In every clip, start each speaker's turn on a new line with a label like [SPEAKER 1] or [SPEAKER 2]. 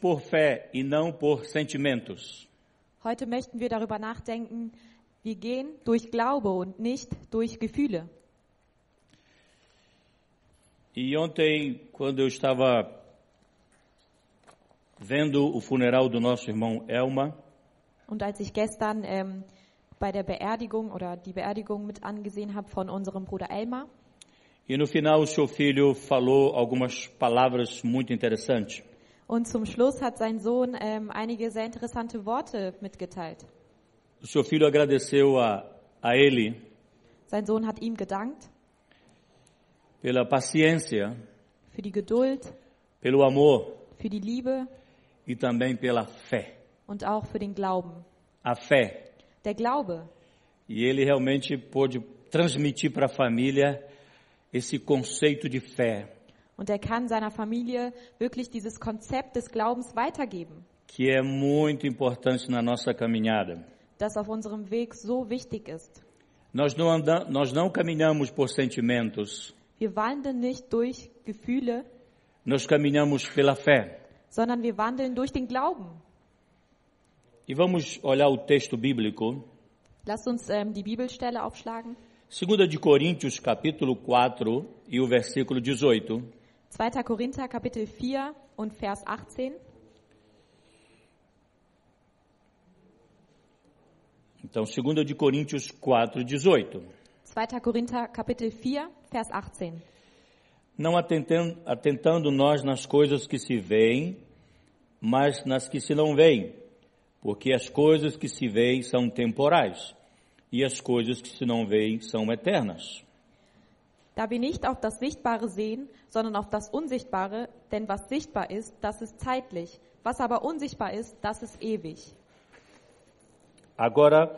[SPEAKER 1] por fé e não por sentimentos.
[SPEAKER 2] Heute möchten wir darüber nachdenken, wir gehen durch Glaube und nicht durch Gefühle.
[SPEAKER 1] E ontem, quando eu estava vendo o funeral do nosso irmão Elma,
[SPEAKER 2] Und als ich gestern ähm, bei der Beerdigung oder die Beerdigung mit angesehen habe von unserem Bruder Elmar,
[SPEAKER 1] e no final o seu filho falou algumas palavras muito interessantes.
[SPEAKER 2] und zum Schluss hat sein Sohn ähm, einige sehr interessante Worte mitgeteilt.
[SPEAKER 1] O seu filho agradeceu a, a ele
[SPEAKER 2] Sein Sohn hat ihm gedankt
[SPEAKER 1] pela paciência,
[SPEAKER 2] für die Geduld,
[SPEAKER 1] pelo amor
[SPEAKER 2] für die Liebe
[SPEAKER 1] e também pela fé.
[SPEAKER 2] und auch für den Glauben.
[SPEAKER 1] A fé
[SPEAKER 2] Der Glaube.
[SPEAKER 1] E ele realmente pôde transmitir para a família esse conceito de fé,
[SPEAKER 2] Und er kann seiner Familie wirklich dieses Konzept des Glaubens weitergeben,
[SPEAKER 1] que é muito importante na nossa caminhada.
[SPEAKER 2] das auf unserem Weg so wichtig ist.
[SPEAKER 1] Nós não, anda, nós não caminhamos por sentimentos,
[SPEAKER 2] Wir wandeln nicht durch Gefühle,
[SPEAKER 1] nós caminhamos pela fé.
[SPEAKER 2] sondern wir wandeln durch den Glauben.
[SPEAKER 1] E vamos olhar o texto bíblico.
[SPEAKER 2] Lasst uns ähm, die Bibelstelle aufschlagen.
[SPEAKER 1] 2 de Coríntios, capítulo 4 e o versículo 18.
[SPEAKER 2] 2. Korinther Kapitel 4 und Vers 18.
[SPEAKER 1] Então, 2 de Coríntios 4, 18.
[SPEAKER 2] 2. Korinther Kapitel 4, Vers 18.
[SPEAKER 1] não atenten- atentando nós nas coisas que se veem, mas nas que se não veem, porque as coisas que se veem são temporais e as coisas que se não veem são eternas.
[SPEAKER 2] Da wir nicht auf das Sichtbare sehen, sondern auf das Unsichtbare, denn was sichtbar ist, das ist zeitlich, was aber unsichtbar ist, das ist ewig.
[SPEAKER 1] Agora,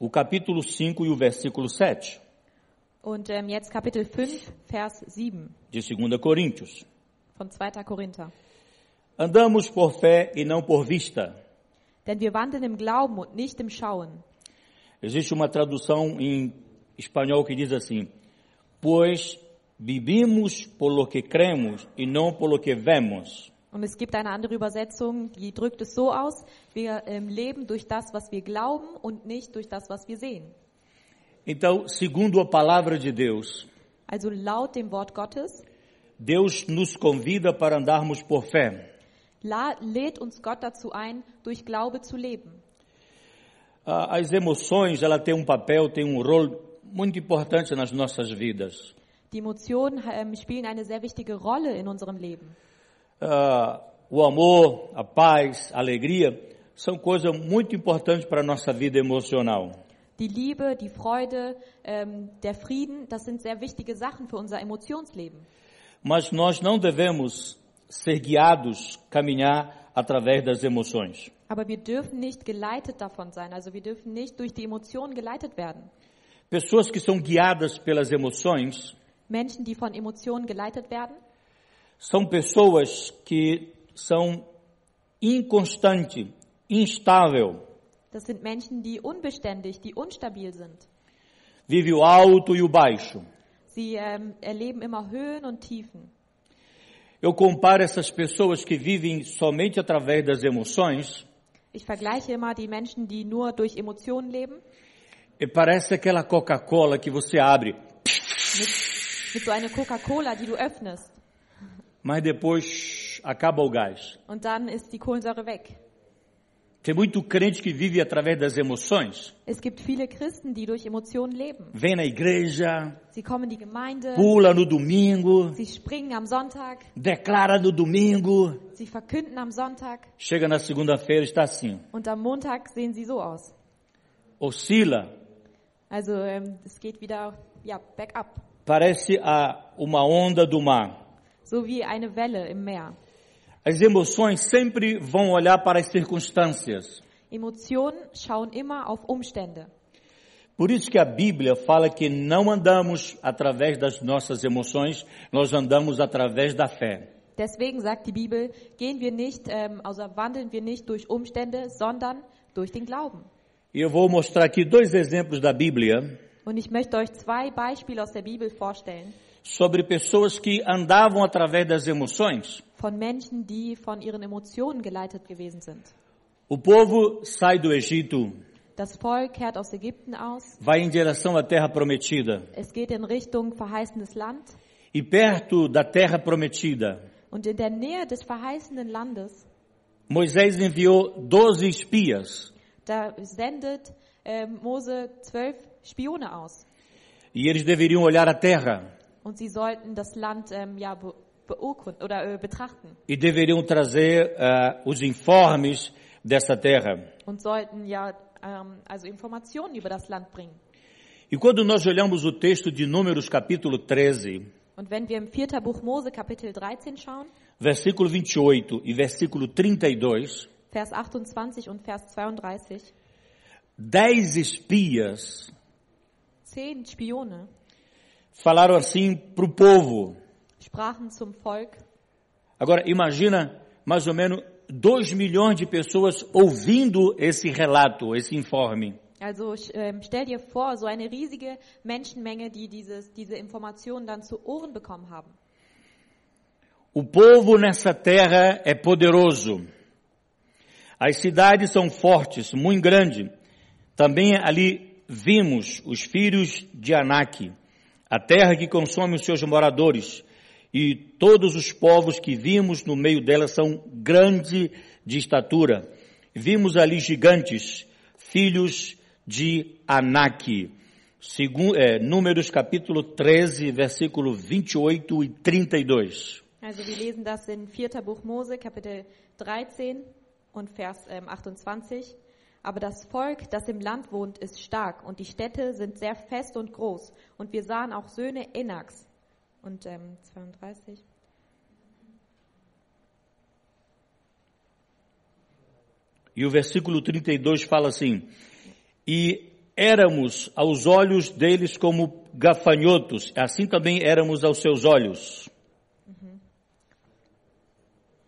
[SPEAKER 1] o capítulo 5 e o versículo 7
[SPEAKER 2] Und ähm, jetzt Kapitel 5, Vers 7
[SPEAKER 1] de 2 Coríntios.
[SPEAKER 2] von 2. Korinther.
[SPEAKER 1] Andamos por fé e não por vista.
[SPEAKER 2] Denn wir wandeln im Glauben und nicht im Schauen.
[SPEAKER 1] Existe uma tradução em espanhol que diz assim: Pois vivimos por lo que cremos e não por lo que vemos.
[SPEAKER 2] Und es gibt eine andere Übersetzung, die drückt es so aus, wir ähm, leben durch das, was wir glauben und nicht durch das, was wir sehen.
[SPEAKER 1] Então, segundo a palavra de Deus,
[SPEAKER 2] Also laut dem Wort Gottes
[SPEAKER 1] Deus nos convida para andarmos por fé.
[SPEAKER 2] la- lädt uns Gott dazu ein, durch Glaube zu leben.
[SPEAKER 1] Ah, As emoções, ela tem um papel, tem um rol muito importante nas nossas vidas.
[SPEAKER 2] Die Emotionen ähm, spielen eine sehr wichtige Rolle in unserem Leben.
[SPEAKER 1] Ah, O amor, a paz, a alegria são coisas muito importantes para a nossa vida emocional.
[SPEAKER 2] Die Liebe, die Freude, ähm, der Frieden, das sind sehr wichtige Sachen für unser Emotionsleben.
[SPEAKER 1] Mas nós não devemos ser guiados, caminhar através das emoções.
[SPEAKER 2] Aber wir dürfen nicht geleitet davon sein. Also wir dürfen nicht durch die Emotionen geleitet werden.
[SPEAKER 1] Pessoas que são guiadas pelas emoções
[SPEAKER 2] Menschen, die von Emotionen geleitet werden,
[SPEAKER 1] são pessoas que são inconstante, instável,
[SPEAKER 2] das sind Menschen, die unbeständig, die unstabil sind.
[SPEAKER 1] vive o alto e o baixo.
[SPEAKER 2] Sie ähm, erleben immer Höhen und Tiefen.
[SPEAKER 1] Eu comparo essas pessoas que vivem somente através das emoções
[SPEAKER 2] Ich vergleiche immer die Menschen, die nur durch Emotionen leben,
[SPEAKER 1] e parece aquela Coca-Cola que você abre,
[SPEAKER 2] mit so einer Coca-Cola, die du öffnest
[SPEAKER 1] mas depois acaba o gás.
[SPEAKER 2] und dann ist die Kohlensäure weg.
[SPEAKER 1] Tem muito crente que vive através das emoções.
[SPEAKER 2] Es gibt viele Christen, die durch Emotionen leben.
[SPEAKER 1] Vem na igreja,
[SPEAKER 2] Sie kommen in die Gemeinde,
[SPEAKER 1] pula no domingo,
[SPEAKER 2] sie springen am Sonntag,
[SPEAKER 1] declara no domingo,
[SPEAKER 2] sie verkünden am Sonntag
[SPEAKER 1] chega na segunda-feira está assim,
[SPEAKER 2] und am Montag sehen sie so aus.
[SPEAKER 1] oscila,
[SPEAKER 2] Also ähm, es geht wieder ja, back up,
[SPEAKER 1] parece a uma onda do mar.
[SPEAKER 2] so wie eine Welle im Meer.
[SPEAKER 1] As emoções sempre vão olhar para as circunstâncias.
[SPEAKER 2] Emotionen schauen immer auf Umstände.
[SPEAKER 1] Por isso que a Bíblia fala que não andamos através das nossas emoções, nós andamos através da fé.
[SPEAKER 2] Deswegen sagt die Bibel, gehen wir nicht, ähm, also wandeln wir nicht durch Umstände, sondern durch den Glauben.
[SPEAKER 1] E eu vou mostrar aqui dois exemplos da Bíblia
[SPEAKER 2] Und ich möchte euch zwei Beispiele aus der Bibel vorstellen,
[SPEAKER 1] sobre pessoas que andavam através das emoções.
[SPEAKER 2] von Menschen, die von ihren Emotionen geleitet gewesen sind.
[SPEAKER 1] O povo sai do Egito,
[SPEAKER 2] Das Volk kehrt aus Ägypten aus,
[SPEAKER 1] vai em direção à terra prometida.
[SPEAKER 2] es geht in Richtung verheißenes Land
[SPEAKER 1] E perto da terra prometida,
[SPEAKER 2] und in der Nähe des verheißenen Landes,
[SPEAKER 1] Moisés enviou 12 espias
[SPEAKER 2] da sendet ähm, Mose zwölf Spione aus
[SPEAKER 1] e eles deveriam olhar a terra
[SPEAKER 2] und sie sollten das Land ähm, ja, be beurkunden oder äh, betrachten
[SPEAKER 1] e deveriam trazer ah, os informes dessa terra.
[SPEAKER 2] und sollten ja ähm, also Informationen über das Land bringen.
[SPEAKER 1] E quando nós olhamos o texto de Números capítulo 13,
[SPEAKER 2] Und wenn wir im vierter Buch Mose Kapitel 13 schauen,
[SPEAKER 1] versículo 28 e versículo 32,
[SPEAKER 2] Vers 28 und Vers 32,
[SPEAKER 1] dez espias
[SPEAKER 2] zehn Spione
[SPEAKER 1] falaram assim para o povo.
[SPEAKER 2] sprachen zum Volk,
[SPEAKER 1] Agora, imagina mais ou menos 2 milhões de pessoas ouvindo esse relato, esse informe.
[SPEAKER 2] Also sch- ähm, stell dir vor, so eine riesige Menschenmenge, die dieses, diese Informationen dann zu Ohren bekommen haben.
[SPEAKER 1] O povo nessa terra é poderoso. As cidades são fortes, muito grande. Também ali vimos os filhos de Anak, a terra que consome os seus moradores, e todos os povos que vimos no meio dela são grande de estatura. Vimos ali gigantes, filhos de Anak. Segu- é, Números capítulo 13, versículo 28 e 32.
[SPEAKER 2] Also wir lesen das in 4. Buch Mose, Kapitel 13 und Vers ähm, 28. Aber das Volk, das im Land wohnt, ist stark und die Städte sind sehr fest und groß. Und wir sahen auch Söhne Enaks. Und ähm, 32.
[SPEAKER 1] E o versículo 32 fala assim: E éramos aos olhos deles como gafanhotos, assim também éramos aos seus olhos.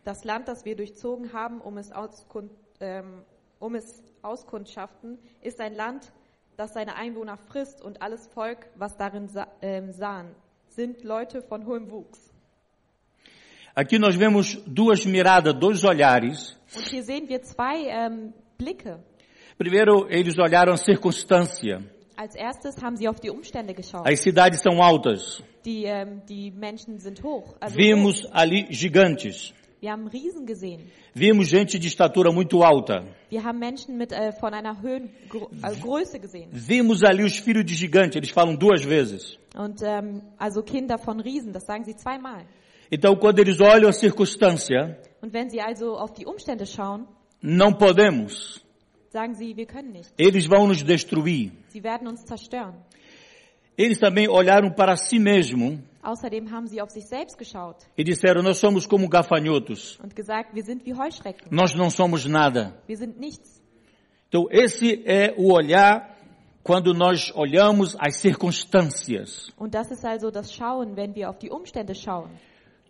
[SPEAKER 2] Das Land, das wir durchzogen haben, um es, auskund, ähm, um es auskundschaften, ist ein Land, das seine Einwohner frisst und alles Volk, was darin sa ähm, sahen, sind Leute von hohem Wuchs.
[SPEAKER 1] Aqui nós vemos duas miradas, dois olhares.
[SPEAKER 2] Und hier sehen wir zwei ähm, Blicke.
[SPEAKER 1] Primeiro, eles olharam a circunstância.
[SPEAKER 2] Als erstes haben sie auf die Umstände geschaut.
[SPEAKER 1] As cidades são altas.
[SPEAKER 2] Die, ähm, die Menschen sind hoch. Also hoch.
[SPEAKER 1] Vimos ali gigantes.
[SPEAKER 2] Wir haben Riesen gesehen.
[SPEAKER 1] Vimos gente de estatura muito alta.
[SPEAKER 2] Wir haben Menschen mit, äh, von einer Höhengröße äh, Größe gesehen.
[SPEAKER 1] Vimos ali os filhos de gigante, eles falam duas vezes.
[SPEAKER 2] Und ähm, also Kinder von Riesen, das sagen sie zweimal.
[SPEAKER 1] Então, quando eles olham a circunstância,
[SPEAKER 2] Und wenn sie also auf die Umstände schauen,
[SPEAKER 1] não podemos.
[SPEAKER 2] sagen sie, wir können nicht.
[SPEAKER 1] Eles vão nos destruir.
[SPEAKER 2] Sie werden uns zerstören.
[SPEAKER 1] Eles também olharam para si mesmo
[SPEAKER 2] Außerdem haben sie auf sich selbst geschaut
[SPEAKER 1] e disseram: Nós somos como gafanhotos,
[SPEAKER 2] und gesagt, wir sind wie Heuschrecken.
[SPEAKER 1] nós não somos nada.
[SPEAKER 2] Wir sind nichts.
[SPEAKER 1] Então, esse é o olhar quando nós olhamos as circunstâncias.
[SPEAKER 2] Und das ist also das Schauen, wenn wir auf die Umstände schauen.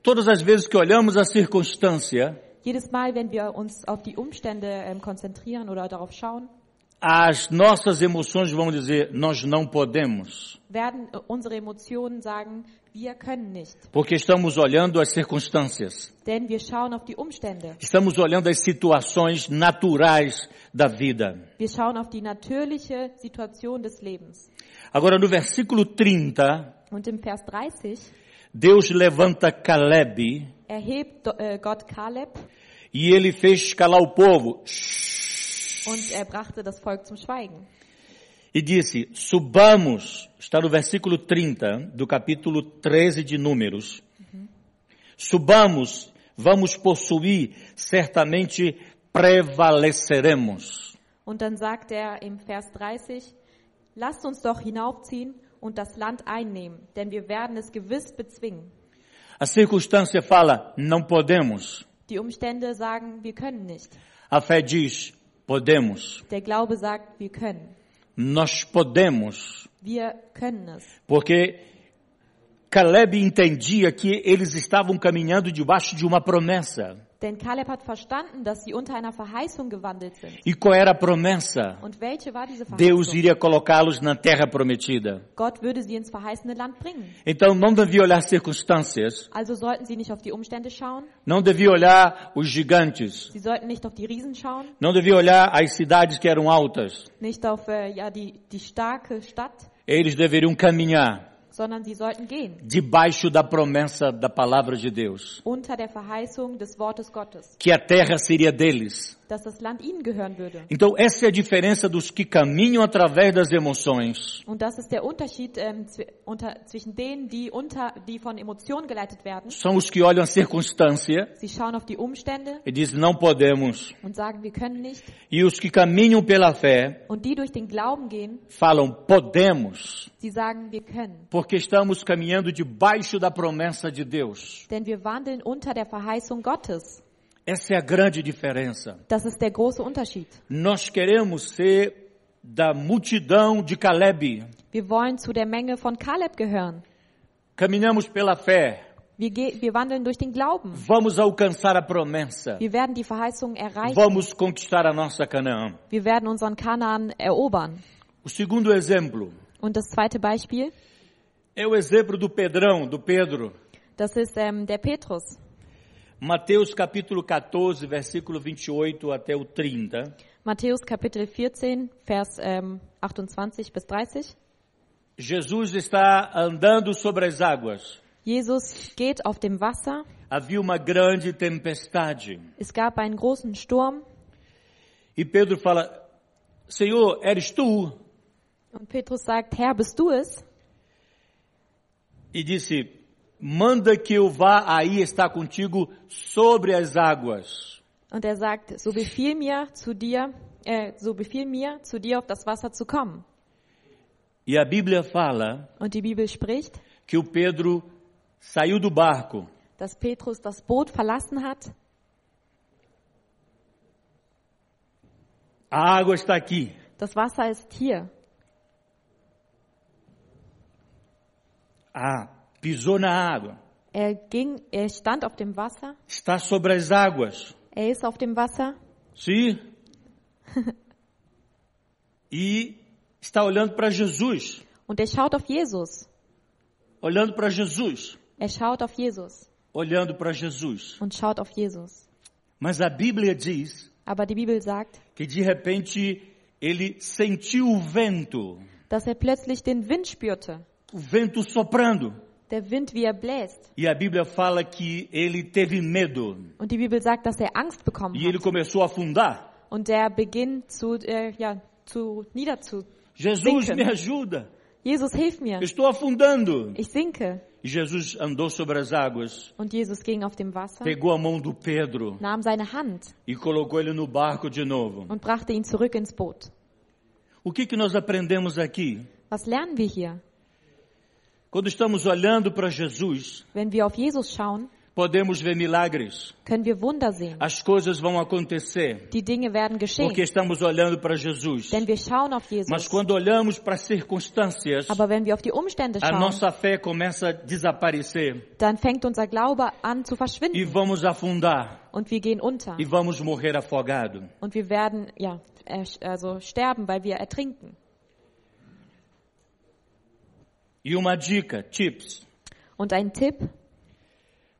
[SPEAKER 1] Todas as vezes que olhamos a circunstância,
[SPEAKER 2] Jedes Mal, wenn wir uns auf die Umstände ähm, konzentrieren oder darauf schauen,
[SPEAKER 1] as nossas emoções vão dizer: Nós não podemos,
[SPEAKER 2] werden äh, unsere Emotionen sagen, wir können nicht.
[SPEAKER 1] porque estamos olhando as circunstâncias,
[SPEAKER 2] Denn wir schauen auf die Umstände.
[SPEAKER 1] estamos olhando as situações naturais da vida.
[SPEAKER 2] Wir schauen auf die natürliche Situation des Lebens.
[SPEAKER 1] Agora, no versículo 30,
[SPEAKER 2] Und im Vers 30
[SPEAKER 1] Deus levanta Caleb
[SPEAKER 2] erhebt äh, Gott Kaleb
[SPEAKER 1] E ele fez calar o povo
[SPEAKER 2] und er brachte das Volk zum Schweigen.
[SPEAKER 1] e disse: Subamos. Está no versículo 30 do capítulo 13 de Números. Subamos, vamos possuir, certamente prevaleceremos.
[SPEAKER 2] Und dann sagt er im Vers 30, lasst uns doch hinaufziehen und das Land einnehmen, denn wir werden es gewiss bezwingen.
[SPEAKER 1] A circunstância fala: Não podemos.
[SPEAKER 2] Die Umstände sagen, wir können nicht.
[SPEAKER 1] A fé diz: Podemos.
[SPEAKER 2] Der Glaube sagt, wir können.
[SPEAKER 1] Nós podemos.
[SPEAKER 2] Wir können es.
[SPEAKER 1] Porque Caleb entendia que eles estavam caminhando debaixo de uma promessa.
[SPEAKER 2] Denn Kaleb hat verstanden, dass sie unter einer Verheißung gewandelt sind.
[SPEAKER 1] E qual era a promessa?
[SPEAKER 2] Und welche war diese
[SPEAKER 1] Deus
[SPEAKER 2] Verheißung?
[SPEAKER 1] iria colocá-los na terra prometida.
[SPEAKER 2] Gott würde sie ins verheißene Land bringen.
[SPEAKER 1] Então não devia olhar circunstâncias,
[SPEAKER 2] Also sollten sie nicht auf die Umstände schauen,
[SPEAKER 1] não devia olhar os gigantes,
[SPEAKER 2] sie sollten nicht auf die Riesen schauen,
[SPEAKER 1] não devia olhar as cidades que eram altas.
[SPEAKER 2] nicht auf äh, ja, die, die starke Stadt,
[SPEAKER 1] Eles deveriam caminhar
[SPEAKER 2] sondern sie sollten gehen
[SPEAKER 1] debaixo da promessa da palavra de Deus,
[SPEAKER 2] unter der Verheißung des Wortes Gottes,
[SPEAKER 1] que a terra seria deles.
[SPEAKER 2] dass das Land ihnen gehören würde.
[SPEAKER 1] Então essa é a diferença dos que caminham através das emoções
[SPEAKER 2] Und das ist der Unterschied ähm, zw unter, zwischen denen, die, unter, die von Emotionen geleitet werden.
[SPEAKER 1] são os que olham a circunstância
[SPEAKER 2] Sie schauen auf die Umstände
[SPEAKER 1] e dizem não podemos.
[SPEAKER 2] und sagen, wir können nicht.
[SPEAKER 1] E os que caminham pela fé
[SPEAKER 2] Und die durch den Glauben gehen,
[SPEAKER 1] falam podemos,
[SPEAKER 2] sie sagen, wir können.
[SPEAKER 1] porque estamos caminhando debaixo da promessa de Deus.
[SPEAKER 2] Denn wir wandeln unter der Verheißung Gottes.
[SPEAKER 1] Essa é a grande diferença.
[SPEAKER 2] Das ist der große Unterschied.
[SPEAKER 1] Nós queremos ser da multidão de Caleb.
[SPEAKER 2] Wir wollen zu der Menge von Kaleb gehören.
[SPEAKER 1] Caminhamos pela fé,
[SPEAKER 2] Wir, ge wir wandeln durch den Glauben.
[SPEAKER 1] vamos alcançar a promessa,
[SPEAKER 2] Wir werden die Verheißung erreichen.
[SPEAKER 1] vamos conquistar a nossa Canaã.
[SPEAKER 2] Wir werden unseren Kanaan erobern.
[SPEAKER 1] O segundo exemplo
[SPEAKER 2] Und das zweite Beispiel,
[SPEAKER 1] é o exemplo do Pedrão, do Pedro.
[SPEAKER 2] das ist ähm, der Petrus.
[SPEAKER 1] Mateus capítulo 14, versículo 28 até o 30.
[SPEAKER 2] Matthäus Kapitel 14, Vers ähm, 28 bis 30.
[SPEAKER 1] Jesus está andando sobre as águas.
[SPEAKER 2] Jesus geht auf dem Wasser.
[SPEAKER 1] Havia uma grande tempestade.
[SPEAKER 2] Es gab einen großen Sturm.
[SPEAKER 1] E Pedro fala: Senhor, eres tu?
[SPEAKER 2] Und Petrus sagt, Herr, bist du es?
[SPEAKER 1] E disse: Manda que eu vá aí estar contigo sobre as águas.
[SPEAKER 2] Und er sagt, so befiehl mir zu dir, äh, so befiehl mir zu dir auf das Wasser zu kommen.
[SPEAKER 1] E a Bíblia fala
[SPEAKER 2] Und die Bibel spricht,
[SPEAKER 1] que o Pedro saiu do barco
[SPEAKER 2] dass Petrus das Boot verlassen hat.
[SPEAKER 1] A água está aqui.
[SPEAKER 2] Das Wasser ist hier.
[SPEAKER 1] Ah, pisou na água.
[SPEAKER 2] Er ging, er stand auf dem Wasser.
[SPEAKER 1] Está sobre as águas.
[SPEAKER 2] Er ist auf dem Wasser
[SPEAKER 1] Sim? E está olhando para Jesus.
[SPEAKER 2] und er schaut auf Jesus.
[SPEAKER 1] Olhando para Jesus.
[SPEAKER 2] Er schaut auf Jesus
[SPEAKER 1] Olhando para Jesus.
[SPEAKER 2] und schaut auf Jesus.
[SPEAKER 1] Mas a Bíblia diz
[SPEAKER 2] Aber die Bibel sagt,
[SPEAKER 1] que de repente ele sentiu o vento.
[SPEAKER 2] dass er plötzlich den Wind spürte.
[SPEAKER 1] O vento soprando.
[SPEAKER 2] Der Wind, wie er bläst.
[SPEAKER 1] E a Bíblia fala que ele teve medo.
[SPEAKER 2] Und die Bibel sagt, dass er Angst bekommen
[SPEAKER 1] E ele
[SPEAKER 2] hat.
[SPEAKER 1] começou a afundar.
[SPEAKER 2] Und er beginnt zu, äh, ja, zu niederzu.
[SPEAKER 1] Jesus,
[SPEAKER 2] Sinken.
[SPEAKER 1] me ajuda.
[SPEAKER 2] Jesus, hilf mir.
[SPEAKER 1] Eu Estou afundando.
[SPEAKER 2] Ich sinke.
[SPEAKER 1] E Jesus andou sobre as águas,
[SPEAKER 2] Und Jesus ging auf dem Wasser,
[SPEAKER 1] pegou a mão do Pedro
[SPEAKER 2] nahm seine Hand
[SPEAKER 1] e colocou ele no barco de novo.
[SPEAKER 2] und brachte ihn zurück ins Boot.
[SPEAKER 1] O que, que nós aprendemos aqui?
[SPEAKER 2] Was lernen wir hier?
[SPEAKER 1] Quando estamos olhando para Jesus,
[SPEAKER 2] Wenn wir auf Jesus schauen,
[SPEAKER 1] podemos ver milagres.
[SPEAKER 2] können wir Wunder sehen.
[SPEAKER 1] As coisas vão acontecer
[SPEAKER 2] Die Dinge werden geschehen,
[SPEAKER 1] porque estamos olhando para Jesus.
[SPEAKER 2] denn wir schauen auf
[SPEAKER 1] Mas
[SPEAKER 2] Jesus.
[SPEAKER 1] quando olhamos para as circunstâncias,
[SPEAKER 2] Aber wenn wir auf die Umstände
[SPEAKER 1] a
[SPEAKER 2] schauen,
[SPEAKER 1] nossa fé começa a desaparecer
[SPEAKER 2] dann fängt unser Glaube an zu
[SPEAKER 1] e
[SPEAKER 2] verschwinden
[SPEAKER 1] vamos afundar
[SPEAKER 2] und wir gehen unter
[SPEAKER 1] e vamos morrer afogado.
[SPEAKER 2] und wir werden ja ersch- also sterben, weil wir ertrinken.
[SPEAKER 1] E uma dica, tips,
[SPEAKER 2] Und ein Tipp,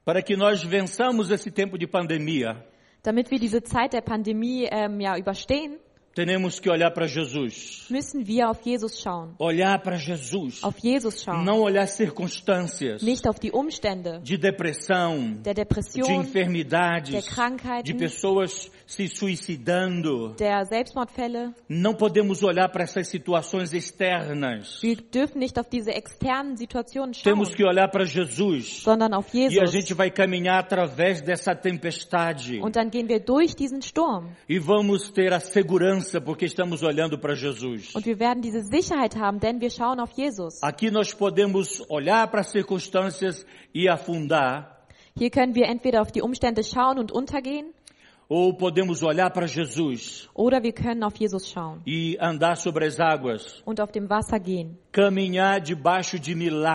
[SPEAKER 1] para que nós vençamos esse tempo de pandemia,
[SPEAKER 2] damit wir diese Zeit der Pandemie ähm, ja überstehen,
[SPEAKER 1] Temos que olhar para Jesus.
[SPEAKER 2] müssen wir auf Jesus schauen,
[SPEAKER 1] Olhar para Jesus.
[SPEAKER 2] auf Jesus schauen,
[SPEAKER 1] Não olhar circunstâncias
[SPEAKER 2] nicht auf die Umstände
[SPEAKER 1] de depressão,
[SPEAKER 2] der
[SPEAKER 1] de
[SPEAKER 2] Depression, der
[SPEAKER 1] enfermidades, de
[SPEAKER 2] Krankheiten,
[SPEAKER 1] pessoas se suicidando.
[SPEAKER 2] der Selbstmordfälle.
[SPEAKER 1] Não podemos olhar para essas situações externas.
[SPEAKER 2] Wir dürfen nicht auf diese externen Situationen schauen,
[SPEAKER 1] Temos que olhar para Jesus.
[SPEAKER 2] sondern auf
[SPEAKER 1] E a gente
[SPEAKER 2] Jesus.
[SPEAKER 1] vai caminhar através dessa tempestade.
[SPEAKER 2] Und dann gehen wir durch diesen Sturm.
[SPEAKER 1] E vamos ter a segurança porque estamos olhando para Jesus.
[SPEAKER 2] Und wir werden diese Sicherheit haben, denn wir schauen auf Jesus.
[SPEAKER 1] Aqui nós podemos olhar para as circunstâncias e afundar.
[SPEAKER 2] Hier können wir entweder auf die Umstände schauen und untergehen
[SPEAKER 1] Ou podemos olhar para Jesus
[SPEAKER 2] Oder wir können auf Jesus schauen
[SPEAKER 1] e andar sobre as águas,
[SPEAKER 2] und auf dem Wasser gehen,
[SPEAKER 1] caminhar debaixo de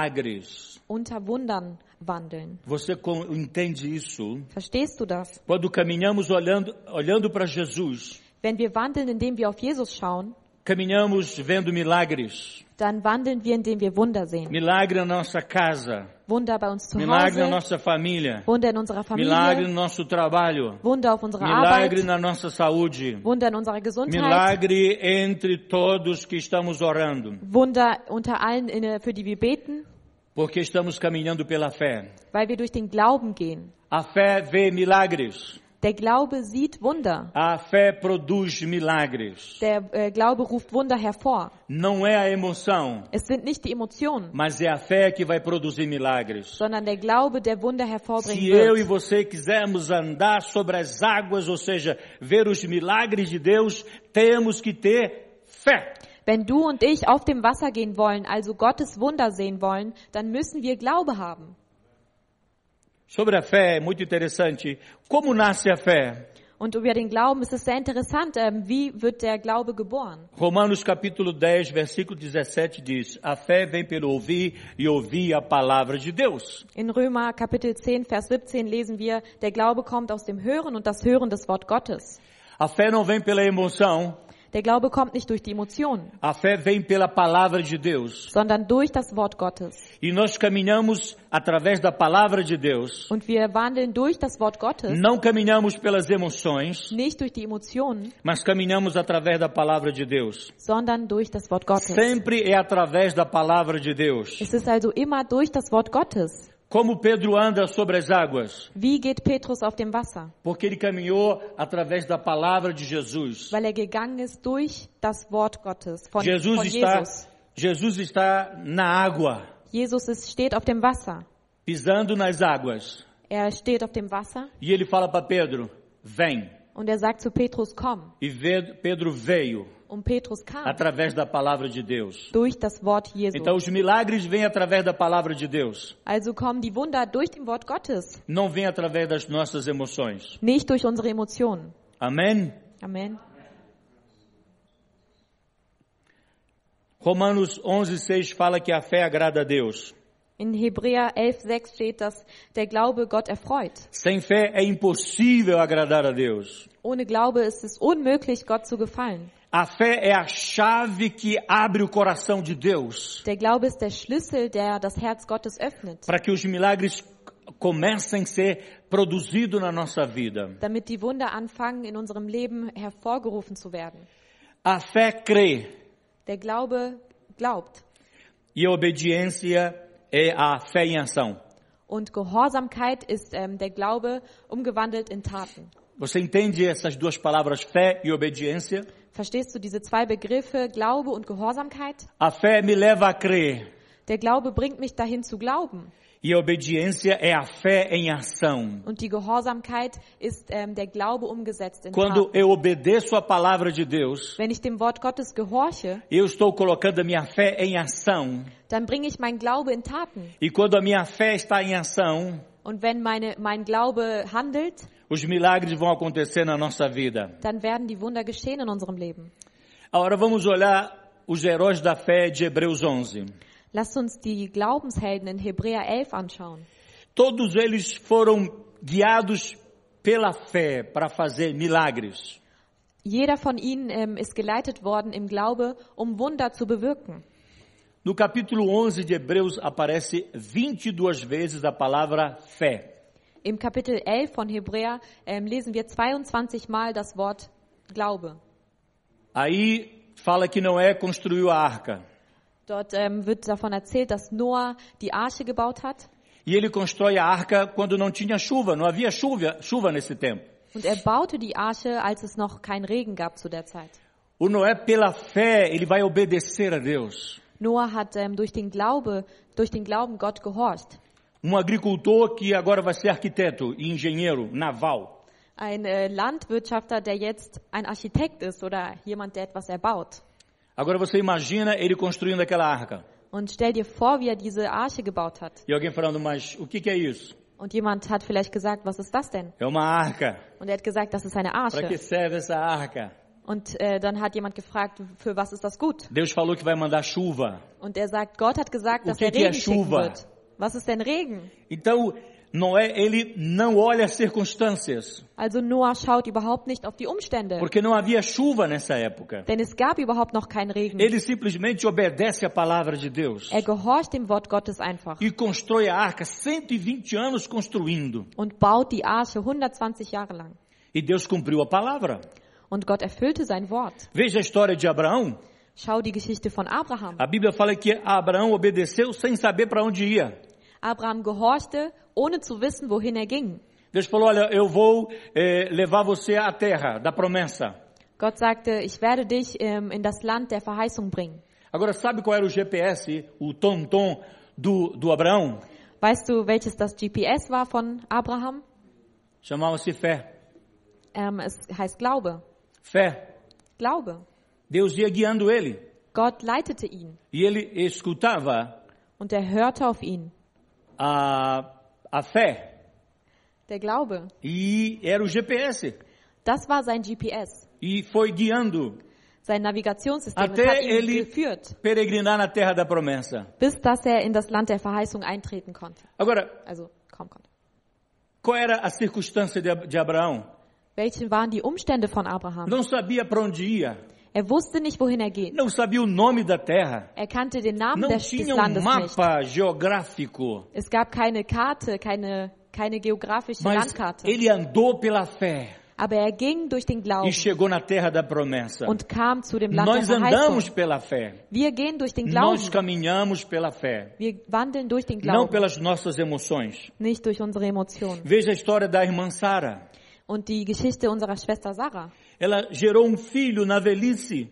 [SPEAKER 1] milagres.
[SPEAKER 2] unter Wundern wandeln.
[SPEAKER 1] Você com- entende isso?
[SPEAKER 2] Verstehst du das?
[SPEAKER 1] Quando caminhamos olhando, olhando para Jesus,
[SPEAKER 2] Wenn wir wandeln, indem wir auf Jesus schauen,
[SPEAKER 1] caminhamos vendo milagres.
[SPEAKER 2] dann wandeln wir, indem wir Wunder sehen.
[SPEAKER 1] Milagre na nossa casa,
[SPEAKER 2] Wunder bei uns zu
[SPEAKER 1] milagre na
[SPEAKER 2] Hause,
[SPEAKER 1] nossa família,
[SPEAKER 2] Wunder in unserer
[SPEAKER 1] milagre
[SPEAKER 2] Familie,
[SPEAKER 1] no nosso trabalho,
[SPEAKER 2] Wunder auf unserer
[SPEAKER 1] milagre
[SPEAKER 2] Arbeit,
[SPEAKER 1] na nossa saúde,
[SPEAKER 2] Wunder in unserer Gesundheit,
[SPEAKER 1] milagre entre todos que estamos orando,
[SPEAKER 2] Wunder unter allen, in- äh, für die wir beten,
[SPEAKER 1] porque estamos caminhando pela fé.
[SPEAKER 2] weil wir durch den Glauben gehen.
[SPEAKER 1] A fé vê milagres,
[SPEAKER 2] Der Glaube sieht Wunder.
[SPEAKER 1] a fé produz milagres.
[SPEAKER 2] Der äh, Glaube ruft Wunder hervor.
[SPEAKER 1] Não é a emoção,
[SPEAKER 2] Es sind nicht die Emotionen,
[SPEAKER 1] mas é a fé que vai produzir milagres.
[SPEAKER 2] sondern der Glaube, der Wunder hervorbringen
[SPEAKER 1] Se eu e
[SPEAKER 2] wird.
[SPEAKER 1] você quisermos andar sobre as águas, ou seja, ver os milagres de Deus, temos que ter fé.
[SPEAKER 2] Wenn du und ich auf dem Wasser gehen wollen, also Gottes Wunder sehen wollen, dann müssen wir Glaube haben.
[SPEAKER 1] Sobre a fé, é muito interessante. Como nasce a fé?
[SPEAKER 2] Und über den Glauben ist es sehr interessant, ähm, wie wird der Glaube geboren?
[SPEAKER 1] Romanos capítulo 10, versículo 17 diz: A fé vem pelo ouvir e ouvir a palavra de Deus.
[SPEAKER 2] In Römer Kapitel 10, Vers 17 lesen wir, der Glaube kommt aus dem Hören und das Hören des Wort Gottes.
[SPEAKER 1] A fé não vem pela emoção,
[SPEAKER 2] Der Glaube kommt nicht durch die Emotionen,
[SPEAKER 1] a fé vem pela palavra de Deus.
[SPEAKER 2] sondern durch das Wort Gottes.
[SPEAKER 1] E nós caminhamos através da palavra de Deus.
[SPEAKER 2] Und wir wandeln durch das Wort Gottes,
[SPEAKER 1] Não caminhamos pelas emoções,
[SPEAKER 2] nicht durch die Emotionen,
[SPEAKER 1] mas caminhamos através da palavra de Deus.
[SPEAKER 2] sondern durch das Wort Gottes.
[SPEAKER 1] Sempre é através da palavra de Deus.
[SPEAKER 2] Es ist also immer durch das Wort Gottes.
[SPEAKER 1] Como Pedro anda sobre as águas?
[SPEAKER 2] Wie geht Petrus auf dem Wasser?
[SPEAKER 1] Porque ele caminhou através da palavra de Jesus.
[SPEAKER 2] Weil er gegangen ist durch das Wort Gottes von,
[SPEAKER 1] Jesus
[SPEAKER 2] von
[SPEAKER 1] está,
[SPEAKER 2] Jesus.
[SPEAKER 1] Jesus está na água,
[SPEAKER 2] Jesus ist, steht auf dem Wasser.
[SPEAKER 1] pisando nas águas.
[SPEAKER 2] Er steht auf dem Wasser
[SPEAKER 1] E ele fala para Pedro: vem.
[SPEAKER 2] und er sagt zu Petrus, komm.
[SPEAKER 1] E ve- Pedro veio
[SPEAKER 2] Und Petrus kam
[SPEAKER 1] através da palavra de Deus.
[SPEAKER 2] durch das Wort Jesu.
[SPEAKER 1] Então os milagres vêm através da palavra de Deus,
[SPEAKER 2] Also kommen die Wunder durch dem Wort Gottes,
[SPEAKER 1] não vêm através das nossas emoções.
[SPEAKER 2] nicht durch unsere Emotionen.
[SPEAKER 1] Amém?
[SPEAKER 2] Amen.
[SPEAKER 1] Romanos 11:6 fala que a fé agrada a Deus.
[SPEAKER 2] In Hebräer 11,6 steht, dass der Glaube Gott erfreut.
[SPEAKER 1] Sem fé é impossível agradar a Deus.
[SPEAKER 2] Ohne Glaube ist es unmöglich, Gott zu gefallen.
[SPEAKER 1] A fé é a chave que abre o coração de Deus
[SPEAKER 2] Der Glaube ist der Schlüssel, der das Herz Gottes öffnet,
[SPEAKER 1] para que os milagres comecem a ser produzidos na nossa vida.
[SPEAKER 2] damit die Wunder anfangen, in unserem Leben hervorgerufen zu werden.
[SPEAKER 1] A fé crê
[SPEAKER 2] Der Glaube glaubt
[SPEAKER 1] e a obediência é a fé em ação.
[SPEAKER 2] und Gehorsamkeit ist ähm, der Glaube umgewandelt in Taten.
[SPEAKER 1] Você entende essas duas palavras, fé e obediência?
[SPEAKER 2] Verstehst du diese zwei Begriffe, Glaube und Gehorsamkeit?
[SPEAKER 1] A fé me leva a crer
[SPEAKER 2] Der Glaube bringt mich dahin zu glauben
[SPEAKER 1] e a obediência é a fé em ação.
[SPEAKER 2] und die Gehorsamkeit ist ähm, der Glaube umgesetzt in
[SPEAKER 1] Quando
[SPEAKER 2] Taten.
[SPEAKER 1] eu obedeço a palavra de Deus,
[SPEAKER 2] Wenn ich dem Wort Gottes gehorche,
[SPEAKER 1] eu estou colocando a minha fé em ação.
[SPEAKER 2] dann bringe ich meinen Glaube in Taten.
[SPEAKER 1] E quando a minha fé está em ação,
[SPEAKER 2] Und wenn meine, mein Glaube handelt,
[SPEAKER 1] os milagres vão acontecer na nossa vida.
[SPEAKER 2] dann werden die Wunder geschehen in unserem Leben.
[SPEAKER 1] Agora vamos olhar os heróis da fé de Hebreus 11.
[SPEAKER 2] Lasst uns die Glaubenshelden in Hebräer 11 anschauen.
[SPEAKER 1] Todos eles foram guiados pela fé para fazer milagres.
[SPEAKER 2] Jeder von ihnen ähm, ist geleitet worden im Glaube, um Wunder zu bewirken.
[SPEAKER 1] No capítulo 11 de Hebreus aparece 22 vezes a palavra fé.
[SPEAKER 2] Im Kapitel 11 von Hebräer ähm, lesen wir 22 Mal das Wort Glaube.
[SPEAKER 1] Aí fala que Noé construiu a arca.
[SPEAKER 2] Dort ähm, wird davon erzählt, dass Noah die Arche gebaut hat
[SPEAKER 1] E ele constrói a arca quando não tinha chuva, não havia chuva, chuva nesse tempo.
[SPEAKER 2] und er baute die Arche, als es noch keinen Regen gab zu der Zeit.
[SPEAKER 1] O Noé, pela fé, ele vai obedecer a Deus.
[SPEAKER 2] Noah hat ähm, durch den Glaube, durch den Glauben Gott gehorcht.
[SPEAKER 1] Um agricultor que agora vai ser arquiteto e engenheiro naval.
[SPEAKER 2] Ein äh, Landwirtschafter, der jetzt ein Architekt ist oder jemand, der etwas erbaut.
[SPEAKER 1] Agora você imagina ele construindo aquela arca.
[SPEAKER 2] Und stell dir vor, wie er diese Arche gebaut hat.
[SPEAKER 1] E alguém falando, mas o que, que é isso?
[SPEAKER 2] Und jemand hat vielleicht gesagt, was ist das denn?
[SPEAKER 1] É uma arca.
[SPEAKER 2] Und er hat gesagt, das ist eine
[SPEAKER 1] Para que
[SPEAKER 2] Arche.
[SPEAKER 1] serve essa arca?
[SPEAKER 2] Und äh, dann hat jemand gefragt, für was ist das gut?
[SPEAKER 1] Deus falou que vai mandar chuva.
[SPEAKER 2] Und er sagt, Gott hat gesagt, dass
[SPEAKER 1] Okay,
[SPEAKER 2] er
[SPEAKER 1] die
[SPEAKER 2] Regen schicken
[SPEAKER 1] Schuhe.
[SPEAKER 2] wird. Was ist denn Regen?
[SPEAKER 1] Então, Noé, ele não olha as circunstâncias,
[SPEAKER 2] Also Noah schaut überhaupt nicht auf die Umstände,
[SPEAKER 1] porque não havia chuva nessa época.
[SPEAKER 2] denn es gab überhaupt noch keinen Regen.
[SPEAKER 1] Ele simplesmente obedece à palavra de Deus
[SPEAKER 2] Er gehorcht dem Wort Gottes einfach
[SPEAKER 1] e constrói a arca 120 anos construindo.
[SPEAKER 2] und baut die Arche 120 Jahre lang.
[SPEAKER 1] E Deus cumpriu a palavra.
[SPEAKER 2] Und Gott erfüllte sein Wort.
[SPEAKER 1] Veja a história de Abraão.
[SPEAKER 2] Schau die Geschichte von Abraham.
[SPEAKER 1] A Bíblia fala que Abraão obedeceu sem saber para onde ia.
[SPEAKER 2] Abraham gehorchte, ohne zu wissen, wohin er ging.
[SPEAKER 1] Deus falou: Olha, eu vou eh, levar você à terra da promessa.
[SPEAKER 2] Gott sagte, ich werde dich ähm, in das Land der Verheißung bringen.
[SPEAKER 1] Agora, sabe qual era o GPS, o tom-tom do, do Abraão?
[SPEAKER 2] Weißt du, welches das GPS war von Abraham?
[SPEAKER 1] Chamava-se fé.
[SPEAKER 2] Ähm, es heißt Glaube.
[SPEAKER 1] Fé.
[SPEAKER 2] Glaube.
[SPEAKER 1] Deus ia guiando ele.
[SPEAKER 2] Gott leitete ihn
[SPEAKER 1] E ele escutava
[SPEAKER 2] und er hörte auf ihn.
[SPEAKER 1] a, a fé.
[SPEAKER 2] Der Glaube.
[SPEAKER 1] E era o GPS.
[SPEAKER 2] Das war sein GPS,
[SPEAKER 1] E foi guiando,
[SPEAKER 2] sein Navigationssystem. Es
[SPEAKER 1] Até
[SPEAKER 2] hat ihn
[SPEAKER 1] ele-
[SPEAKER 2] geführt,
[SPEAKER 1] peregrinar na terra da promessa.
[SPEAKER 2] bis dass er in das Land der Verheißung eintreten konnte.
[SPEAKER 1] Agora,
[SPEAKER 2] Also kommen konnte.
[SPEAKER 1] qual era a circunstância de, Ab- de Abraão?
[SPEAKER 2] Welche waren die Umstände von Abraham?
[SPEAKER 1] Não sabia para onde ia.
[SPEAKER 2] Er wusste nicht, wohin er geht.
[SPEAKER 1] Não sabia o nome da terra.
[SPEAKER 2] Er kannte den Namen
[SPEAKER 1] Não
[SPEAKER 2] des, des
[SPEAKER 1] tinha um
[SPEAKER 2] Landes nicht.
[SPEAKER 1] mapa geográfico.
[SPEAKER 2] Es gab keine Karte, keine, keine geografische
[SPEAKER 1] Mas
[SPEAKER 2] Landkarte.
[SPEAKER 1] ele andou pela fé
[SPEAKER 2] Aber er ging durch den Glauben
[SPEAKER 1] e chegou na terra da promessa.
[SPEAKER 2] und kam zu dem Land der
[SPEAKER 1] Nós andamos
[SPEAKER 2] Verheißung.
[SPEAKER 1] pela fé.
[SPEAKER 2] Wir gehen durch den
[SPEAKER 1] Nós
[SPEAKER 2] Glauben.
[SPEAKER 1] caminhamos pela fé.
[SPEAKER 2] Wir wandeln durch den
[SPEAKER 1] Não
[SPEAKER 2] Glauben,
[SPEAKER 1] pelas nossas emoções.
[SPEAKER 2] nicht durch unsere Emotionen.
[SPEAKER 1] Veja a história da irmã Sara.
[SPEAKER 2] Und die Geschichte unserer Schwester Sarah.
[SPEAKER 1] Ela gerou um filho na velhice.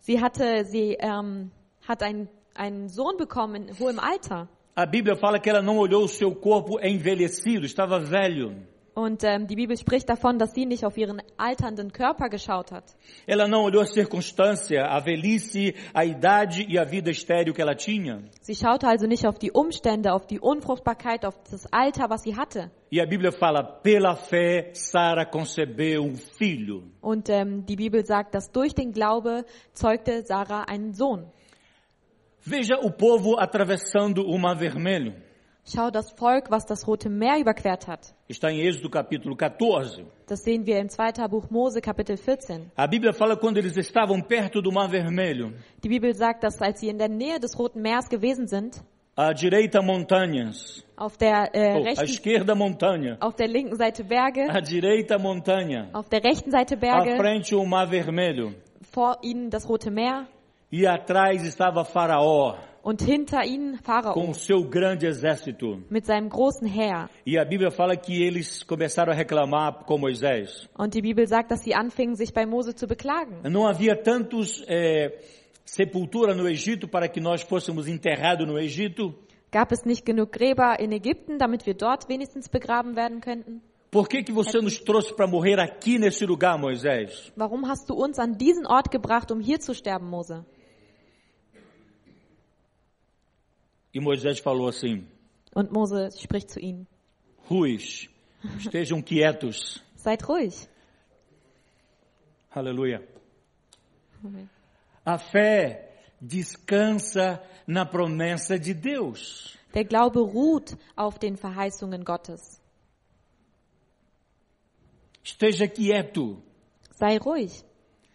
[SPEAKER 2] Sie hatte, sie ähm, hat einen, einen Sohn bekommen in hohem Alter.
[SPEAKER 1] A Bíblia fala que ela não olhou o seu corpo envelhecido, estava velho.
[SPEAKER 2] Und ähm, die Bibel spricht davon, dass sie nicht auf ihren alternden Körper geschaut hat.
[SPEAKER 1] Ela não olhou a circunstância, a velhice, a idade e a vida estéril que ela tinha.
[SPEAKER 2] Sie schaute also nicht auf die Umstände, auf die Unfruchtbarkeit, auf das Alter, was sie hatte.
[SPEAKER 1] E a Bíblia fala, pela fé, Sara concebeu um filho.
[SPEAKER 2] Und ähm, die Bibel sagt, dass durch den Glaube zeugte Sarah einen Sohn.
[SPEAKER 1] Veja o povo atravessando o Mar Vermelho.
[SPEAKER 2] Schau das Volk, was das Rote Meer überquert hat.
[SPEAKER 1] Está em Êxodo capítulo 14.
[SPEAKER 2] Das sehen wir im 2. Buch Mose, Kapitel 14.
[SPEAKER 1] A Bíblia fala quando eles estavam perto do Mar Vermelho,
[SPEAKER 2] Die Bibel sagt, dass als sie in der Nähe des Roten Meers gewesen sind,
[SPEAKER 1] à direita montanhas,
[SPEAKER 2] auf der, äh,
[SPEAKER 1] ou, à
[SPEAKER 2] rechten,
[SPEAKER 1] esquerda montanha,
[SPEAKER 2] auf der linken Seite Berge,
[SPEAKER 1] à direita montanha,
[SPEAKER 2] auf der rechten Seite
[SPEAKER 1] à
[SPEAKER 2] Berge,
[SPEAKER 1] frente o Mar Vermelho
[SPEAKER 2] vor ihnen das Rote Meer
[SPEAKER 1] e atrás estava Faraó
[SPEAKER 2] und hinter ihnen
[SPEAKER 1] com
[SPEAKER 2] Pharao
[SPEAKER 1] o seu grande exército.
[SPEAKER 2] mit seinem großen Heer.
[SPEAKER 1] E a Bíblia fala que eles começaram a reclamar com Moisés.
[SPEAKER 2] Und die Bibel sagt, dass sie anfingen, sich bei Mose zu beklagen.
[SPEAKER 1] Não havia tantos eh, sepultura no Egito para que nós fôssemos enterrados no Egito.
[SPEAKER 2] Gab es nicht genug Gräber in Ägypten, damit wir dort wenigstens begraben werden könnten?
[SPEAKER 1] Por que que você nos trouxe para morrer aqui nesse lugar, Moisés?
[SPEAKER 2] Warum hast du uns an diesen Ort gebracht, um hier zu sterben, Mose?
[SPEAKER 1] E Moisés falou assim:
[SPEAKER 2] Und Mose spricht zu ihnen,
[SPEAKER 1] Ruiz, estejam quietos.
[SPEAKER 2] seid ruhig.
[SPEAKER 1] Aleluia. A fé descansa na promessa de Deus.
[SPEAKER 2] Der Glaube ruht auf den Verheißungen Gottes.
[SPEAKER 1] Esteja quieto.
[SPEAKER 2] Sei ruhig.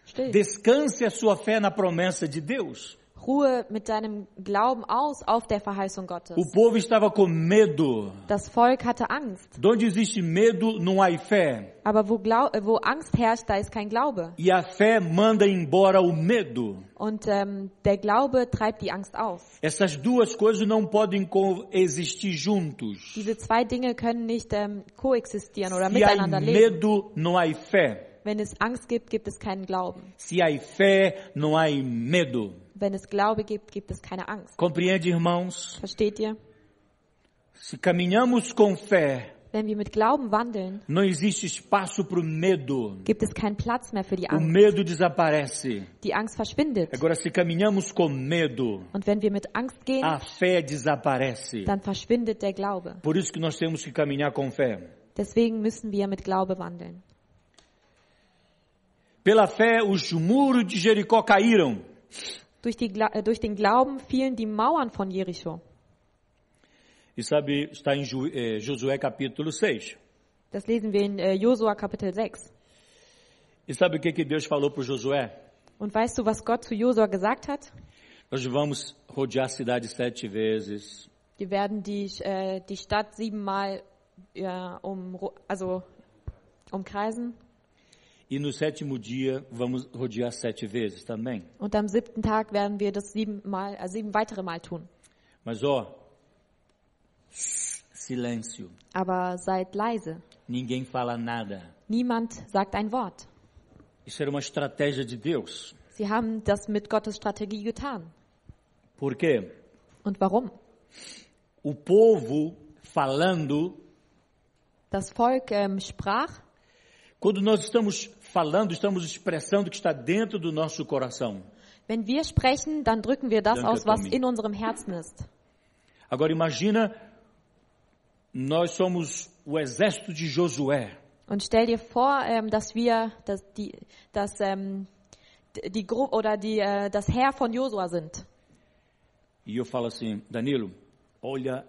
[SPEAKER 2] Still.
[SPEAKER 1] Descanse a sua fé na promessa de Deus.
[SPEAKER 2] Ruhe mit deinem Glauben aus auf der Verheißung
[SPEAKER 1] O
[SPEAKER 2] Gottes.
[SPEAKER 1] povo estava com medo.
[SPEAKER 2] Das Volk hatte Angst.
[SPEAKER 1] De onde existe medo, não há fé.
[SPEAKER 2] Aber wo, Glau äh, wo Angst herrscht, da ist kein Glaube.
[SPEAKER 1] E a fé manda embora o medo.
[SPEAKER 2] Und ähm, der Glaube treibt die Angst aus.
[SPEAKER 1] Essas duas coisas não podem coexistir juntos.
[SPEAKER 2] Diese zwei Dinge können nicht ähm, koexistieren oder
[SPEAKER 1] Se há
[SPEAKER 2] miteinander leben.
[SPEAKER 1] medo, não há fé.
[SPEAKER 2] Wenn es Angst gibt, gibt es keinen Glauben.
[SPEAKER 1] Se há fé, não há medo.
[SPEAKER 2] Wenn es Glaube gibt, gibt es keine Angst.
[SPEAKER 1] Compreende, irmãos?
[SPEAKER 2] Versteht ihr?
[SPEAKER 1] Se caminhamos com fé,
[SPEAKER 2] Wenn wir mit Glauben wandeln,
[SPEAKER 1] Não existe espaço para o medo.
[SPEAKER 2] gibt es keinen Platz mehr für die
[SPEAKER 1] O
[SPEAKER 2] Angst.
[SPEAKER 1] medo desaparece.
[SPEAKER 2] Die Angst verschwindet.
[SPEAKER 1] Agora, se caminhamos com medo,
[SPEAKER 2] Und wenn wir mit Angst gehen,
[SPEAKER 1] a fé desaparece.
[SPEAKER 2] dann verschwindet der Glaube.
[SPEAKER 1] Por isso que nós temos que caminhar com fé.
[SPEAKER 2] Deswegen müssen wir mit Glaube wandeln.
[SPEAKER 1] Pela fé, os muros de Jericó caíram.
[SPEAKER 2] Durch, die, Gla- äh, durch den Glauben fielen die Mauern von Jericho.
[SPEAKER 1] E sabe, está em Ju- eh, Josué capítulo 6.
[SPEAKER 2] Das lesen wir in äh, Josua Kapitel 6.
[SPEAKER 1] E sabe o que, que Deus falou para Josué?
[SPEAKER 2] Und weißt du, was Gott zu Josua gesagt hat?
[SPEAKER 1] Nós vamos rodear a cidade sete vezes.
[SPEAKER 2] Wir werden die, äh, die Stadt siebenmal ja, um, also umkreisen
[SPEAKER 1] E no sétimo dia vamos rodear sete vezes também.
[SPEAKER 2] und am siebten Tag werden wir das siebenmal, äh, sieben weitere Mal tun.
[SPEAKER 1] Mas ó, silêncio.
[SPEAKER 2] Aber seid leise.
[SPEAKER 1] Ninguém fala nada.
[SPEAKER 2] Niemand sagt ein Wort.
[SPEAKER 1] Isso era uma estratégia de Deus.
[SPEAKER 2] Sie haben das mit Gottes Strategie getan.
[SPEAKER 1] Por quê?
[SPEAKER 2] Und warum?
[SPEAKER 1] O povo falando,
[SPEAKER 2] Das Volk ähm, sprach.
[SPEAKER 1] quando nós estamos falando, estamos expressando o que está dentro do nosso coração.
[SPEAKER 2] Wenn wir sprechen, dann drücken wir das
[SPEAKER 1] Danke,
[SPEAKER 2] aus, was
[SPEAKER 1] Tommy.
[SPEAKER 2] in unserem Herzen ist.
[SPEAKER 1] Agora imagina, nós somos o exército de Josué.
[SPEAKER 2] Und stell dir vor, ähm, dass wir, dass die, dass ähm, d- die Gru oder die, äh, das Heer von Josua sind.
[SPEAKER 1] E eu falo assim, Danilo, olha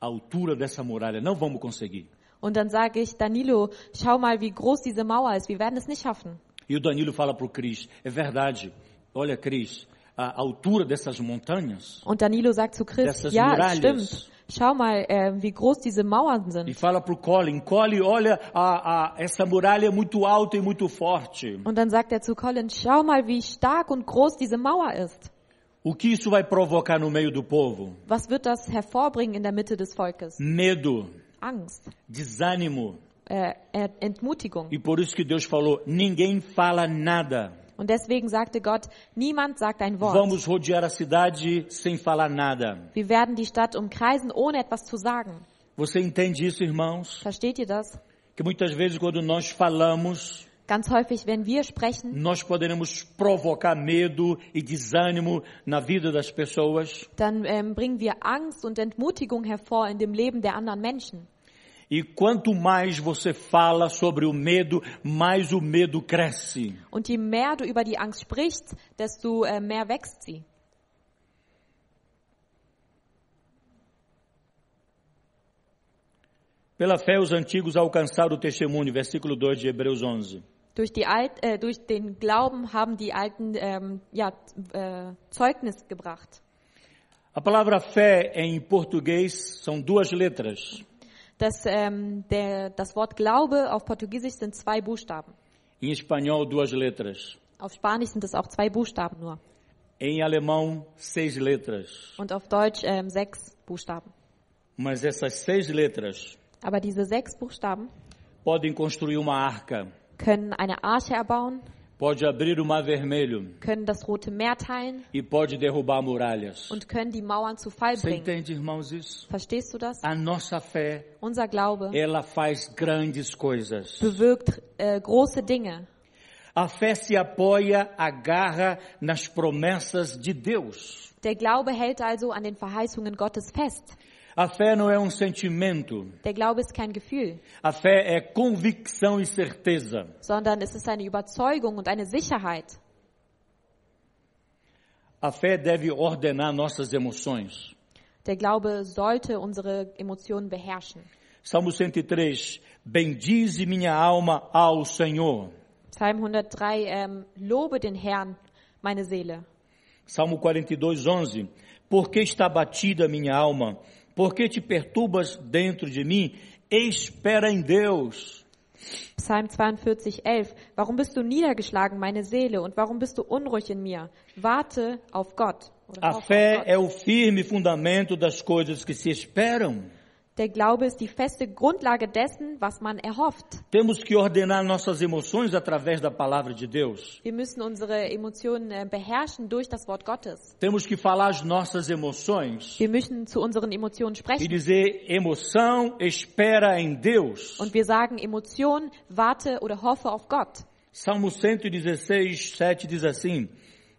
[SPEAKER 1] a altura dessa muralha, não vamos conseguir.
[SPEAKER 2] Und dann sage ich, Danilo, schau mal, wie groß diese Mauer ist. Wir werden es nicht schaffen.
[SPEAKER 1] E o Danilo fala para o Cris, é verdade, olha Cris, a altura dessas montanhas,
[SPEAKER 2] Und Danilo sagt zu Chris,
[SPEAKER 1] Dessas
[SPEAKER 2] ja, es
[SPEAKER 1] Muralles.
[SPEAKER 2] stimmt. Schau mal, ähm, wie groß diese Mauern
[SPEAKER 1] e
[SPEAKER 2] sind.
[SPEAKER 1] fala para o Colin, Colin, olha, a, a, essa muralha é muito alta e muito forte.
[SPEAKER 2] Und dann sagt er zu Colin, schau mal, wie stark und groß diese Mauer ist.
[SPEAKER 1] O que isso vai provocar no meio do povo?
[SPEAKER 2] Was wird das hervorbringen in der Mitte des Volkes?
[SPEAKER 1] Medo,
[SPEAKER 2] Angst,
[SPEAKER 1] desânimo.
[SPEAKER 2] äh, äh, Entmutigung.
[SPEAKER 1] E por isso que Deus falou, ninguém fala nada.
[SPEAKER 2] Und deswegen sagte Gott, niemand sagt ein Wort.
[SPEAKER 1] Vamos rodear a cidade sem falar nada.
[SPEAKER 2] Wir werden die Stadt umkreisen, ohne etwas zu sagen.
[SPEAKER 1] Você entende isso, irmãos?
[SPEAKER 2] Versteht ihr das?
[SPEAKER 1] Que muitas vezes quando nós falamos,
[SPEAKER 2] Ganz häufig, wenn wir sprechen,
[SPEAKER 1] nós poderemos provocar medo e desânimo na vida das pessoas.
[SPEAKER 2] dann ähm, bringen wir Angst und Entmutigung hervor in dem Leben der anderen Menschen.
[SPEAKER 1] E quanto mais você fala sobre o medo, mais o medo cresce.
[SPEAKER 2] Und je mehr du über die Angst sprichst, desto äh, mehr wächst sie.
[SPEAKER 1] Pela fé, os antigos alcançaram o testemunho, versículo 2 de Hebreus 11.
[SPEAKER 2] Durch, die Alt, äh, durch den Glauben haben die Alten ähm, ja, äh, Zeugnis gebracht.
[SPEAKER 1] A palavra fé em português são duas letras.
[SPEAKER 2] Das, ähm, der, das Wort Glaube auf Portugiesisch sind zwei Buchstaben.
[SPEAKER 1] Em espanhol, duas letras.
[SPEAKER 2] Auf Spanisch sind es auch zwei Buchstaben nur.
[SPEAKER 1] Em alemão, seis letras.
[SPEAKER 2] Und auf Deutsch ähm, sechs Buchstaben.
[SPEAKER 1] Mas essas seis letras
[SPEAKER 2] Aber diese sechs Buchstaben
[SPEAKER 1] podem construir uma arca,
[SPEAKER 2] können eine Arche erbauen,
[SPEAKER 1] pode abrir o mar vermelho
[SPEAKER 2] können das Rote Meer teilen
[SPEAKER 1] e pode derrubar muralhas.
[SPEAKER 2] und können die Mauern zu Fall
[SPEAKER 1] Você
[SPEAKER 2] bringen.
[SPEAKER 1] entende, irmãos, isso?
[SPEAKER 2] Verstehst du das?
[SPEAKER 1] A nossa fé,
[SPEAKER 2] Unser Glaube
[SPEAKER 1] ela faz grandes coisas.
[SPEAKER 2] bewirkt äh, große Dinge.
[SPEAKER 1] A fé se apoia, agarra nas promessas de Deus.
[SPEAKER 2] Der Glaube hält also an den Verheißungen Gottes fest.
[SPEAKER 1] A fé não é um sentimento.
[SPEAKER 2] Der Glaube ist kein Gefühl,
[SPEAKER 1] A fé é convicção e certeza.
[SPEAKER 2] sondern es ist eine Überzeugung und eine Sicherheit.
[SPEAKER 1] A fé deve ordenar nossas emoções.
[SPEAKER 2] Der Glaube sollte unsere Emotionen beherrschen.
[SPEAKER 1] Salmo 103. Bendize minha alma ao Senhor.
[SPEAKER 2] Psalm 103, ähm, lobe den Herrn, meine Seele.
[SPEAKER 1] Salmo 42, 11. Por que está batida a minha alma? Por que te perturbas dentro de mim? Espera em Deus.
[SPEAKER 2] Psalm 42, 11. Warum bist du niedergeschlagen, meine Seele, und warum bist du unruhig in mir? Warte auf Gott. Oder
[SPEAKER 1] A
[SPEAKER 2] auf
[SPEAKER 1] fé
[SPEAKER 2] Gott.
[SPEAKER 1] é o firme fundamento das coisas que se esperam.
[SPEAKER 2] Der Glaube ist die feste Grundlage dessen, was man erhofft.
[SPEAKER 1] Temos que ordenar nossas emoções através da palavra de Deus.
[SPEAKER 2] Wir müssen unsere Emotionen äh, beherrschen durch das Wort Gottes.
[SPEAKER 1] Temos que falar as nossas emoções
[SPEAKER 2] Wir müssen zu unseren Emotionen
[SPEAKER 1] e
[SPEAKER 2] sprechen.
[SPEAKER 1] dizer: emoção, espera em Deus.
[SPEAKER 2] Und wir sagen Emotion, warte oder hoffe auf Gott.
[SPEAKER 1] Salmo 116, 7 diz assim: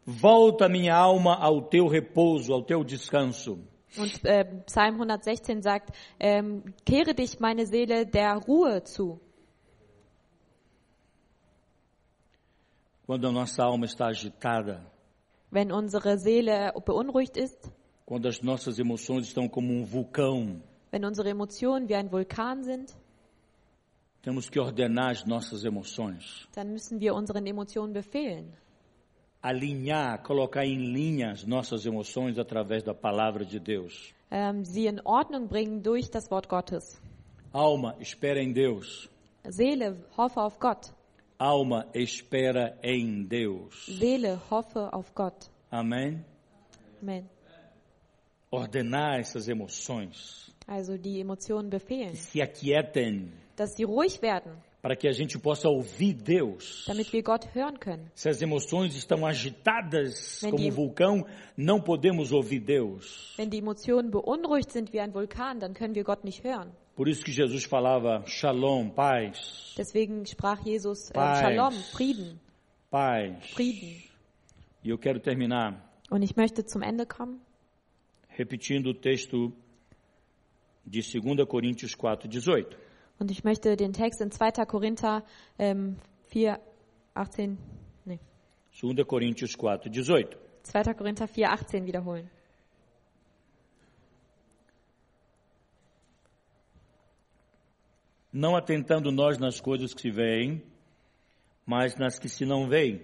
[SPEAKER 1] Volta minha alma ao teu repouso, ao teu descanso.
[SPEAKER 2] Und äh, Psalm 116 sagt, ähm, kehre dich meine Seele der Ruhe zu.
[SPEAKER 1] Quando a nossa alma está agitada,
[SPEAKER 2] Wenn unsere Seele beunruhigt ist,
[SPEAKER 1] quando as nossas emoções estão como um vulcão,
[SPEAKER 2] wenn unsere Emotionen wie ein Vulkan sind,
[SPEAKER 1] temos que ordenar as nossas emoções,
[SPEAKER 2] dann müssen wir unseren Emotionen befehlen.
[SPEAKER 1] alinhar, colocar em linha as nossas emoções através da palavra de Deus.
[SPEAKER 2] Ähm, sie in Ordnung bringen durch das Wort Gottes.
[SPEAKER 1] Alma, espera em Deus.
[SPEAKER 2] Seele, hoffe auf Gott.
[SPEAKER 1] Alma, espera em Deus.
[SPEAKER 2] Seele, hoffe auf Gott.
[SPEAKER 1] Amém?
[SPEAKER 2] Amen.
[SPEAKER 1] Ordenar essas emoções,
[SPEAKER 2] Also die Emotionen befehlen,
[SPEAKER 1] se aquietem.
[SPEAKER 2] dass sie ruhig werden,
[SPEAKER 1] para que a gente possa ouvir Deus.
[SPEAKER 2] damit wir Gott hören können.
[SPEAKER 1] Se as emoções estão agitadas
[SPEAKER 2] Wenn
[SPEAKER 1] como
[SPEAKER 2] die-
[SPEAKER 1] um vulcão, não podemos ouvir Deus.
[SPEAKER 2] Wenn die Emotionen beunruhigt sind wie ein Vulkan, dann können wir Gott nicht hören.
[SPEAKER 1] Por isso que Jesus falava: Shalom, paz,
[SPEAKER 2] Deswegen sprach Jesus äh,
[SPEAKER 1] Paz.
[SPEAKER 2] Shalom, Frieden,
[SPEAKER 1] paz.
[SPEAKER 2] Frieden.
[SPEAKER 1] E eu quero terminar
[SPEAKER 2] Und ich möchte zum Ende kommen.
[SPEAKER 1] repetindo o texto de 2 Coríntios 4:18.
[SPEAKER 2] Und ich möchte den Text in 2. Korinther ähm, 4, 18, nee,
[SPEAKER 1] 2 Coríntios 4:18.
[SPEAKER 2] 2. Korinther 4, 18 wiederholen.
[SPEAKER 1] Não atentando nós nas coisas que se veem, mas nas que se não veem.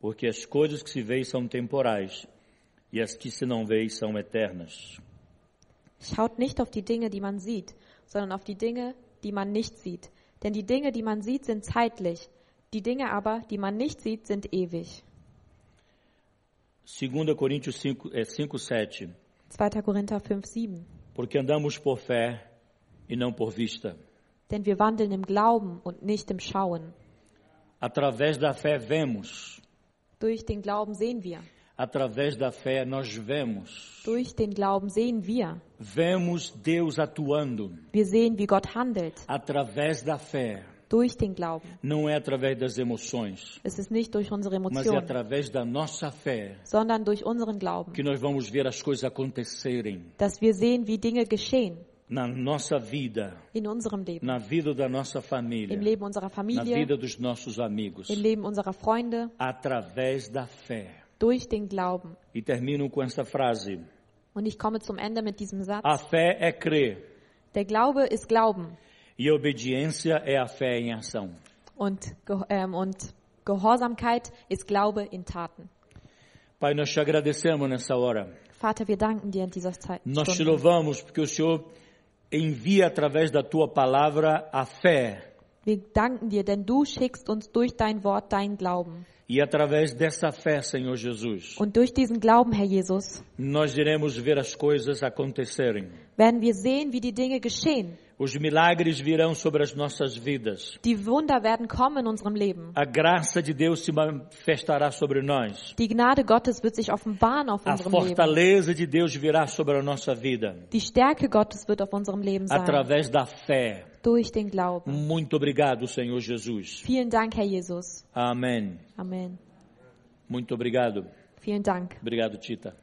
[SPEAKER 1] Porque as coisas que se veem são temporais, e as que se não veem são eternas.
[SPEAKER 2] Schaut nicht auf die Dinge, die man sieht, sondern auf die Dinge, die man nicht sieht. Denn die Dinge, die man sieht, sind zeitlich. Die Dinge aber, die man nicht sieht, sind ewig.
[SPEAKER 1] 2 Coríntios 5, é, 5, 7.
[SPEAKER 2] 2. Korinther 5, 7.
[SPEAKER 1] Porque andamos por fé e não por vista.
[SPEAKER 2] Denn wir wandeln im Glauben und nicht im Schauen.
[SPEAKER 1] Através da fé vemos,
[SPEAKER 2] Durch den Glauben sehen wir.
[SPEAKER 1] através da fé nós vemos.
[SPEAKER 2] Durch den Glauben sehen wir.
[SPEAKER 1] Vemos Deus atuando,
[SPEAKER 2] Wir sehen, wie Gott handelt.
[SPEAKER 1] através da fé.
[SPEAKER 2] Durch den Glauben.
[SPEAKER 1] Não é através das emoções,
[SPEAKER 2] Es ist nicht durch unsere
[SPEAKER 1] mas é
[SPEAKER 2] Emotionen,
[SPEAKER 1] através da nossa fé
[SPEAKER 2] sondern durch unseren Glauben,
[SPEAKER 1] que nós vamos ver as coisas acontecerem
[SPEAKER 2] dass wir sehen, wie Dinge geschehen
[SPEAKER 1] na nossa vida,
[SPEAKER 2] in unserem Leben,
[SPEAKER 1] na vida da nossa
[SPEAKER 2] im
[SPEAKER 1] família,
[SPEAKER 2] Leben unserer
[SPEAKER 1] na
[SPEAKER 2] Familie,
[SPEAKER 1] vida dos nossos amigos,
[SPEAKER 2] im Leben unserer Freunde,
[SPEAKER 1] através da fé.
[SPEAKER 2] durch den Glauben.
[SPEAKER 1] E termino com essa frase:
[SPEAKER 2] Und ich komme zum Ende mit diesem Satz.
[SPEAKER 1] A fé é crer
[SPEAKER 2] Der Glaube ist Glauben
[SPEAKER 1] e a obediência é a fé em ação.
[SPEAKER 2] und, Ge ähm, und Gehorsamkeit ist Glaube in Taten.
[SPEAKER 1] Pai, nós te agradecemos nessa hora.
[SPEAKER 2] Vater, wir danken dir in dieser Zeit.
[SPEAKER 1] Nós te
[SPEAKER 2] Stunde.
[SPEAKER 1] louvamos porque o Senhor envia através da tua palavra a fé
[SPEAKER 2] Wir danken dir, denn du schickst uns durch dein Wort deinen Glauben.
[SPEAKER 1] e através dessa fé, Senhor Jesus,
[SPEAKER 2] Und durch diesen Glauben, Herr Jesus,
[SPEAKER 1] nós iremos ver as coisas acontecerem.
[SPEAKER 2] werden wir sehen, wie die Dinge geschehen.
[SPEAKER 1] Os milagres virão sobre as nossas vidas.
[SPEAKER 2] Die Wunder werden kommen in unserem Leben.
[SPEAKER 1] A graça de Deus se manifestará sobre nós.
[SPEAKER 2] Die Gnade Gottes wird sich offenbaren auf
[SPEAKER 1] A
[SPEAKER 2] unserem Leben.
[SPEAKER 1] fortaleza de Deus virá sobre a nossa vida
[SPEAKER 2] Die Stärke Gottes wird auf unserem Leben sein.
[SPEAKER 1] através da fé.
[SPEAKER 2] Durch den Glauben.
[SPEAKER 1] Muito obrigado, Senhor Jesus.
[SPEAKER 2] Vielen Dank, Herr Jesus.
[SPEAKER 1] Amém.
[SPEAKER 2] Amen.
[SPEAKER 1] Muito obrigado.
[SPEAKER 2] Vielen Dank.
[SPEAKER 1] Obrigado, Tita.